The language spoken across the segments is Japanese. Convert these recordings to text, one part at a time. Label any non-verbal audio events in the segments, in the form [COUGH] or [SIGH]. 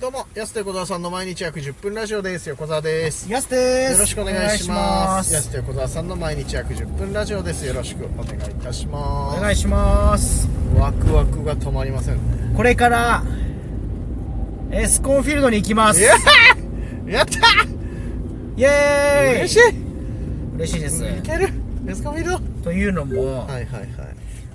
どうも、やすと横澤さんの毎日約10分ラジオです。横澤です。よやすですろしくお願いします。やすおと横澤さんの毎日約10分ラジオです。よろしくお願いいたします。願いしますワクワクが止まりませんね。これからエスコンフィールドに行きますいやー [LAUGHS] やったイエーイ嬉しい嬉しいですいけるエスコンフィールというのも、ドはいはいはい。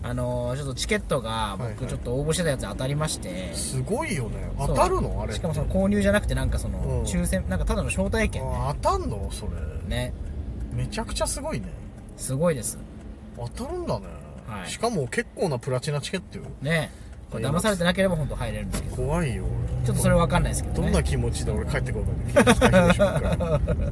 あのーちょっとチケットがはいはい僕ちょっと応募してたやつ当たりまして、すごいよね。そう当たるのあれ。しかもその購入じゃなくてなんかその、うん抽選なんかただの招待券あ当たんのそれ。ねめちゃくちゃすごいね。すごいです当たるんだね。はいしかも結構なプラチナチケットよ。ねこれ騙されてなければ本当入れるんですけど怖いよ、俺ちょっとそれ分かんないですけどどんねな気持ちで俺帰ってこないといけない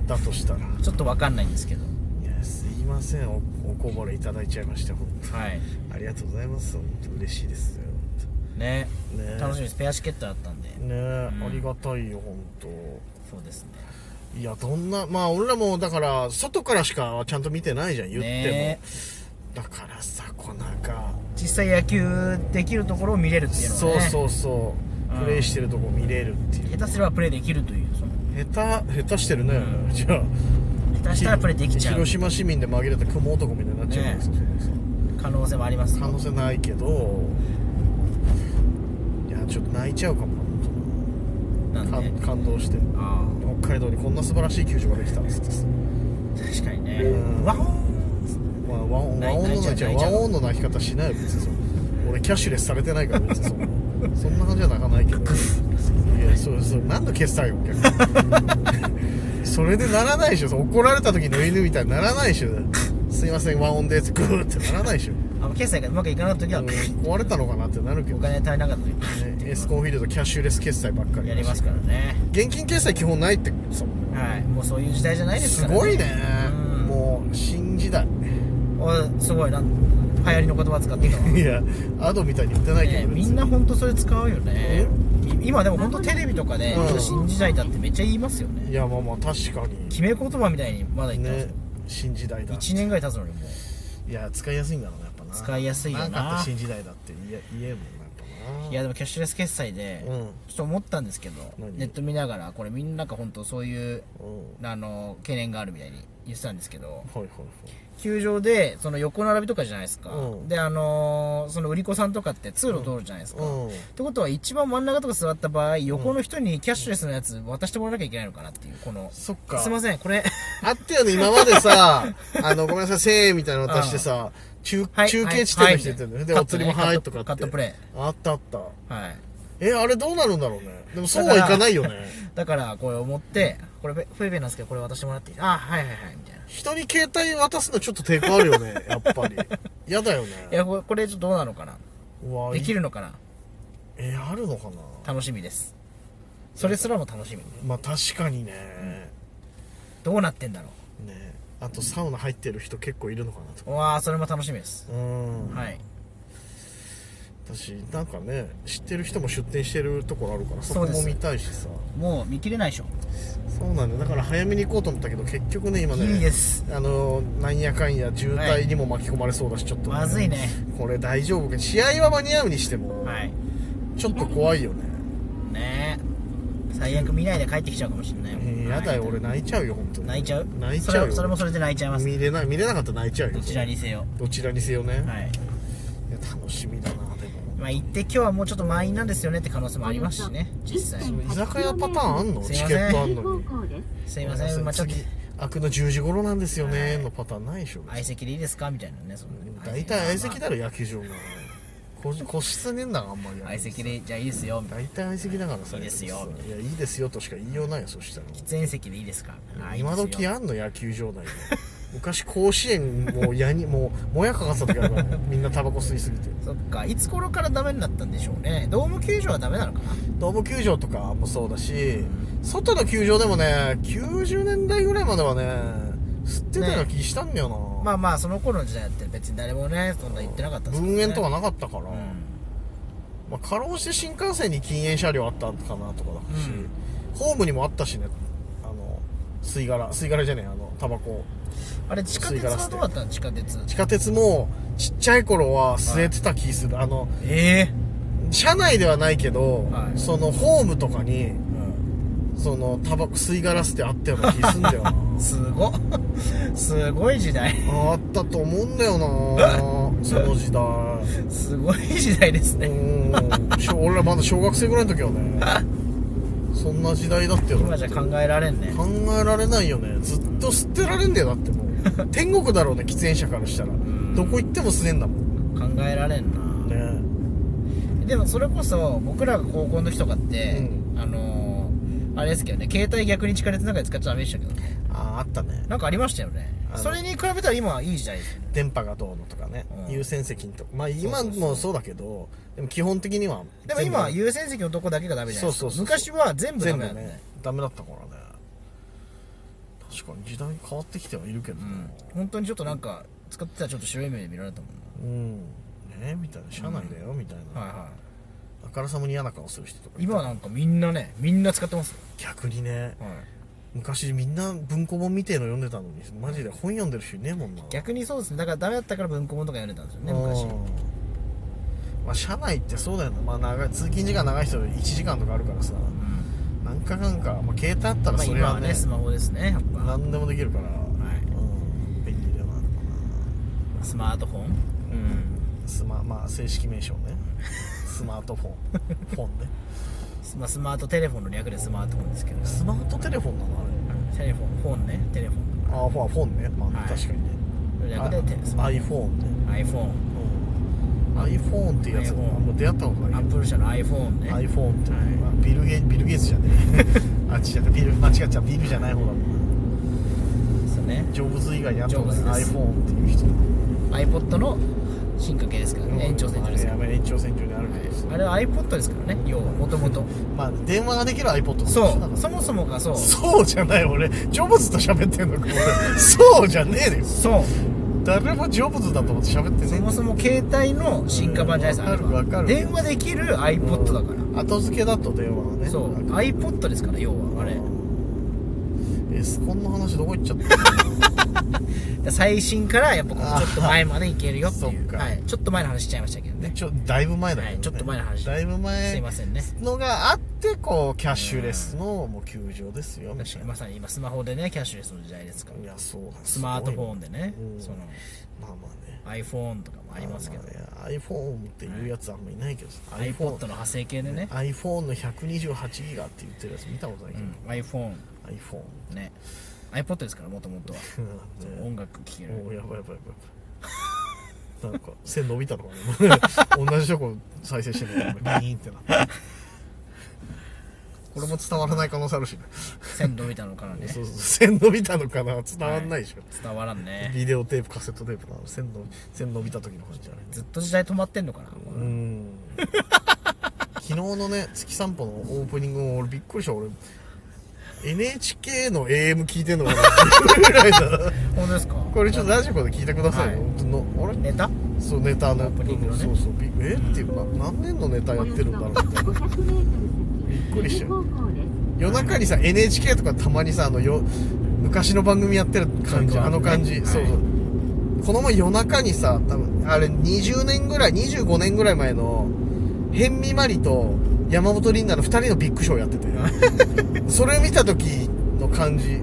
だとしたらいちょっと分かんないんですけどやすいませんおおこぼれいただいちゃいまして本はい当ありがとうございます本当嬉しいですよね本当ね楽しみですペアチケットだったんでねえ、うんありがたいよ本そうですね当いやどんなまあ俺らもだから外からしかちゃんと見てないじゃん言っても、ねだからさこうなんか、実際野球できるところを見れるっていうのそはうねそうそう、うんプレイしてるとこ見れるっていう下手すればプレーできるというその下手下手してるね、うんじゃあ下手したらプレーできちゃう広島市民で紛れた雲男みたいになっちゃうからさ、その可能性もあります可能性ないけどいやちょっと泣いちゃうかもなんかで感動してあ北海道にこんな素晴らしい球場ができたっつってさ、あ確かにねうんワホーンまあ、和音和泣い音の泣いちゃ泣きう泣いちゃ和う音の泣き方しないよ別にそう俺キャッシュレスされてないから別にそのそ [LAUGHS] んな感じは泣かないけどいやそうそう何の決済よ逆に [LAUGHS] それでならないでしょそう怒られた時の犬みたいにならないでしょすいません和音ですグーってならないでしょあの決済がうまくいかなかった時はうん壊れたのかなってなるけおど、ね、金足りなかった時エスコンフィールドキャッシュレス決済ばっかりやりますからね現金決済基本ないってそうはいもうそういう時代じゃないですすからごいねうんもう新時代 [LAUGHS] おすごいなん流行りの言葉使ってたわいやアドみたいに言ってないけど、ね、みんな本当それ使うよねえ今でも本当テレビとかで、うん新時代だってめっちゃ言いますよねいやまあまあ確かに決め言葉みたいにまだ言ってますね新時代だ1年ぐらい経つのにもういや使いやすいんだろうなやっぱな使いやすいよなんかあった新時代だって言え言えもんなやっぱないやでもキャッシュレス決済で、うんちょっと思ったんですけど何ネット見ながらこれみんなが本当そういううんはあの懸念があるみたいに言ってたんですけどいはいはい球場でその横並びとかじゃないですか、うんであのーその売り子さんとかって通路通るじゃないですか、うんってことは一番真ん中とか座った場合横の人にキャッシュレスのやつ渡してもらわなきゃいけないのかなっていうこのすそっかいませんこれ [LAUGHS] あったよね今までさあのごめんなさいせーみたいなの渡してさ中はい中継地点の人言ってんだよねではいお釣りも「カットねはい」とかってカットプレあったあったはいえあれどうなるんだろうねでもそうはいかないよねだからこれ思ってこれフェイベなんですけどこれ渡してもらっていいあはいはいはいみたいな人に携帯渡すのちょっと抵抗あるよ [LAUGHS] ねやっぱり嫌だよいねやこれこれちょっとどうなのかなうわできるるのかなえあるのかな楽しみですそれすらも楽しみまあ確かにね、どうなってんだろねあとサウナ入ってる人結構いるのかなとかううわーそれも楽しみですうん、はい私なんかね知ってる人も出店してるところあるからそこそうでもす見たいしさもう見切れないでしょそうなんだよだから早めに行こうと思ったけど結局ね今ねいいですあのなんやかんや渋滞にも巻き込まれそうだし、ちょっと、まずいねこれ大丈夫か試合は間に合うにしても、はいちょっと怖いよねねえ最悪見ないで帰ってきちゃうかもしれないもんえーやだよ俺泣いちゃうよ本当に泣いちゃう泣いちゃうそれよそれもそれで泣いちゃいます見れない見れなかったら泣いちゃうよどちらにせよどちらにせよね、い、はいや楽しみだなでもまあ行って今日はもうちょっと満員なんですよねって可能性もありますしね実際居酒屋パターンあんのすいチませんケットあんの方に向です。すいませんまあちょっと次開くの10時頃なんですよね、のパターンないでしょ相席でいいですかみたいなねその大体相席だろ野球場がこ個室ねえんだからあんまり相席でじゃあいいですよみたいな大体相席だからさいいですよいやいいですよとしか言いようないよそしたら全席でいいですかあいいで今すよ時あんの野球場内で [LAUGHS] 昔甲子園もうやにもうもやかかってた時あるからねみんなタバコ吸いすぎてそっかいつ頃からダメになったんでしょうねドーム球場はダメなのかなドーム球場とかもそうだし外の球場でもね90年代ぐらいまではね吸ってたような気したんだよな、まあまあその頃の時代って別に誰もねそんな言ってなかったです分煙とかななかったから、まあ、かろうじて新幹線に禁煙車両あったかなとかだし、うんホームにもあったしねあの吸い殻吸い殻じゃねえあのタバコあれ地下鉄はどうだったの地下鉄地下鉄もちっちゃい頃は吸えてた気する、あのええ車内ではないけど、はいそのホームとかにうんそのタバコ吸い殻捨てあったような気すん [LAUGHS] だよなすごっすごい時代ああったと思うんだ [LAUGHS] よなその時代すごい時代ですねうんしょ俺らまだ小学生ぐらいの時はねそんな時代だったよ今じゃ考えられんね考えられないよねずっと吸ってられんだよだっても [LAUGHS] う天国だろうね喫煙者からしたらんどこ行っても吸えんだもん考えられんなねでもそれこそ僕らが高校の時とかって、あのー、あれですけどね携帯逆に地下鉄の中で使っちゃダメでしたけどねあああったねなんかありましたよねあのそれに比べたら今はいい時代ですよね電波がどうのとかね、うん優先席とかまあ今もそうだけどでも基本的にはでも今全部優先席のとこだけがダメじゃないですそかうそうそう昔は全部ダ全メだ部ったねねダメだったからね確かに時代変わってきてはいるけどうなん本当にちょっとなんか使ってたらちょっと白い目で見られたもんうん、ねみたいな車内だよ、みたいなな、はいはあからさまに嫌な顔する人とかいいた今はなんかみんなねみんな使ってますよ逆にねはい昔みんな文庫本みてえの読んでたのにマジで本読んでる人いねえもんな逆にそうですねだからダメだったから文庫本とか読んでたんですよね昔うんまあ車内ってそうだよね、まあ、長い通勤時間長い人1時間とかあるからさうんなんかなんか、まあ、携帯あったらまあそれ今ははね,、ねスマホですねやっぱ何でもできるから、うん、便利だなスマートフォンうんスマまあ正式名称 [LAUGHS] ねスマートフォンフォンねスマスマートテレフォンの略でスマートフォンですけどスマートテレフォンなのテレフォンフォンねテレフォンあれあフォンフォンねまあ、はい確かにねの略でテレスマあ iPhone ね、 iPhone うん、iPhone っていうやつ iPhone あんま出会ったことないアよップル社の iPhone ね iPhone って、はいまあビルゲビル・ゲイツじゃね [LAUGHS] えあ違うビル間違っちゃうビルじゃない方だもんなですよねジョブズ以外やったことないジョ iPhone っていう人 iPod の進化系ですからね延長線上ですかあられやべ延長線上にあるけどさあれは iPod ですからね要はもともとまあ電話ができる iPod そうそもそもがそうそうじゃない俺ジョブズと喋ってんのか俺そうじゃねえよそう誰もジョブズだと思って喋ってねそもそも携帯の進化版じゃないですかあれうんわはかるわかる電話できる iPod だかうん後付けだと電話はねらそう iPod ですから要はあれエスコンの話どこ行っちゃったの最新からやっぱこうちょっと前までいけるよっていそっうかはいちょっと前の話しちゃいましたけど [LAUGHS] ねちょだいぶ前だけど、ねはいちょっと前の話だいぶ前すいませんねのがあってこうキャッシュレスのもう球場ですよみたいなまさに今スマホでねキャッシュレスの時代ですからいやそうだスマートフォンででねうんそのまあまあね iPhone とかもありますけどまあまあいや iPhone っていうやつあんまいないけどさ iPod の派生系でね iPhone の128ギガって言ってるやつ見たことないうけど、ん iPhone iPhone ね iPod ですからもともとはそのね音楽聴けるおーやばいやばいやばいなんか線伸びたのか [LAUGHS] な同じとこ再生してるのかなビーンってなこれも伝わらない可能性あるしね線路見たのからねそうそう線伸びたのかな伝わんないでしょ、伝わらんねビデオテープカセットテープなの線の線伸びた時の感じあれずっと時代止まってんのかなうーん昨日のね「月散歩」のオープニングも俺びっくりした俺 NHK の AM 聞いてんのかなっていうぐらいだ本当ですかこれちょっとラジコで聞いてくださいよ、はい本当のあれネタそうネタのオープニングのねそうそうびえっていうか何年のネタやってるんだろうみたいなびびっくりしちゃうう夜中にさ NHK とかたまにさあのよ昔の番組やってる感じそういうのああるねの感じ、はいそうそうこの前夜中にさ多分あれ20年ぐらい25年ぐらい前の辺見マリと山本リンダの2人のビッグショーやって [LAUGHS] てそれ見た時の感じ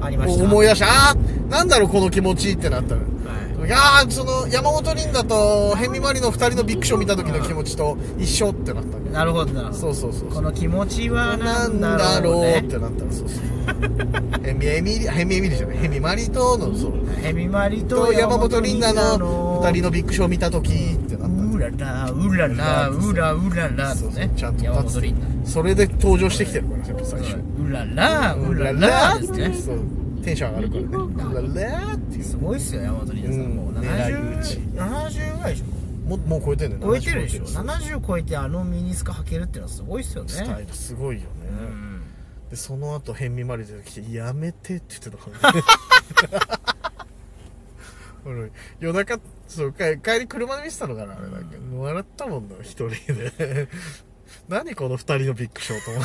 ありまをした思いは出してあーなんだろうこの気持ちってなったのいやーその山本リンダと辺見マリの2人のビッグショー見た時の気持ちと一緒ってなったいのなるほどなるほそどうそうそうそうこの気持ちはなんだろうなんだろうねってなったらそうそうヘミエミリヘミエミリじゃないヘミマリとのそうヘビマリとと山本リンダの二人ののビッグショー見た時ってなったうららうららうらうららそとうそうねちゃんと山立本つリンダそれで登場してきてるからやっぱ最初うららうラららーですってねそうテンション上がるからねうららーっていうすごいっすよ山本リンダさんもううん狙い撃ち70 70ぐらいでしょもうもう超えてるね超えてるでしょ70超70超えてあのミニスカ履けるってのはすごいっすよねスタイルすごいよねうんでその後ヘンミマリ出てきて「やめて」って言ってたから [LAUGHS] ね俺夜中そう帰帰り車で見てたのかなあれなんか笑ったもんな一人で [LAUGHS] 何この二人のビッグショーと思っ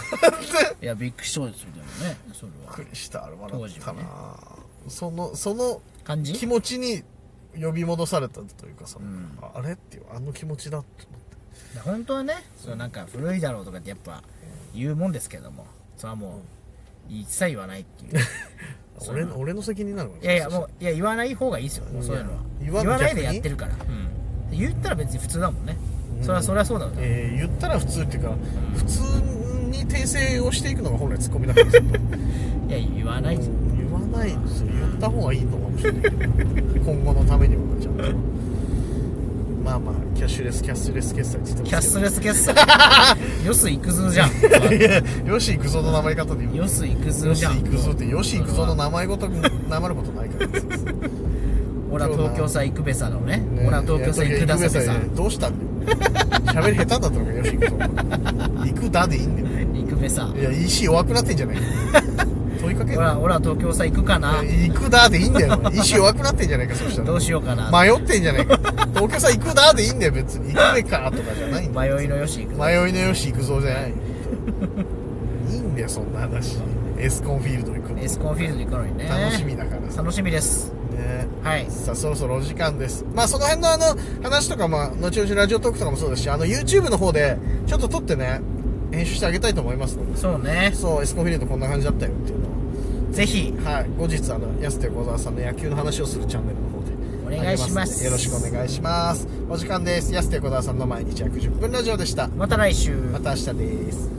ていやビッグショーですよでもねそれびっはくりしたあれ笑当っ時たはな、ねそのその感じ気持ちに呼び戻されたというかさ、んあれっていうあの気持ちだと思ってだから本当はねそのなんか古いだろうとかってやっぱ言うもんですけどもそれはもう一切言わないっていうそう俺の俺の責任なのかないやいやもういや言わない方がいいですよもうそういうのは言言わわないで逆やにってるから、うん、言ったら別に普通だもんね、うんそれはそれはそうだろうねえー言ったら普通っていうか普通に訂正をしていくのが本来ツッコミだからずっといや言わない言わないですよ言った方がいいのかもしれないけど今後のためにもちゃんとまあまあキャッシュレスキャッシュレス決済って言ってキャまッスすルけレスキャッ [LAUGHS] スルよすいくず [LAUGHS] じゃんどいやよし行くぞの名前方で言うよすいくずよじしゃん行くぞってよし行くぞの名前ごとになまることないからですね俺は東京さ行くべさのねね俺は東京さ行くださべさいやどうしたんだよ喋り下手だったのかよし行くぞ行くだでいいんだよ行くべさいや、EC 弱くなってんじゃないか問いかけん俺はな俺は東京さ行くかな行くだでいいんだよ。EC 弱くなってんじゃないか、そしたどらう。しようかな迷ってんじゃないか。東京さん行くだでいいんだよ、別に。行くべかとかじゃないんだよ。迷いのよし行く迷いのよし行くぞじゃない。いいんだよ、そんな話。エスコンフィールド行くのエスコンフィールドに行くのにね楽しみだからさ。楽しみですねはいさあそろそろお時間ですまあその辺のあの話とかまあ後々ラジオトークとかもそうですしあの YouTube の方でちょっと撮ってね編集してあげたいと思いますのでそうねそうエスコンフィールドこんな感じだったよっていうのをぜひはい、後日あの安手小沢さんの野球の話をするチャンネルの方でお願いしますあげのでよろしくお願いしますお時間です安手小沢さんの毎日約10分ラジオでしたまた来週また明日です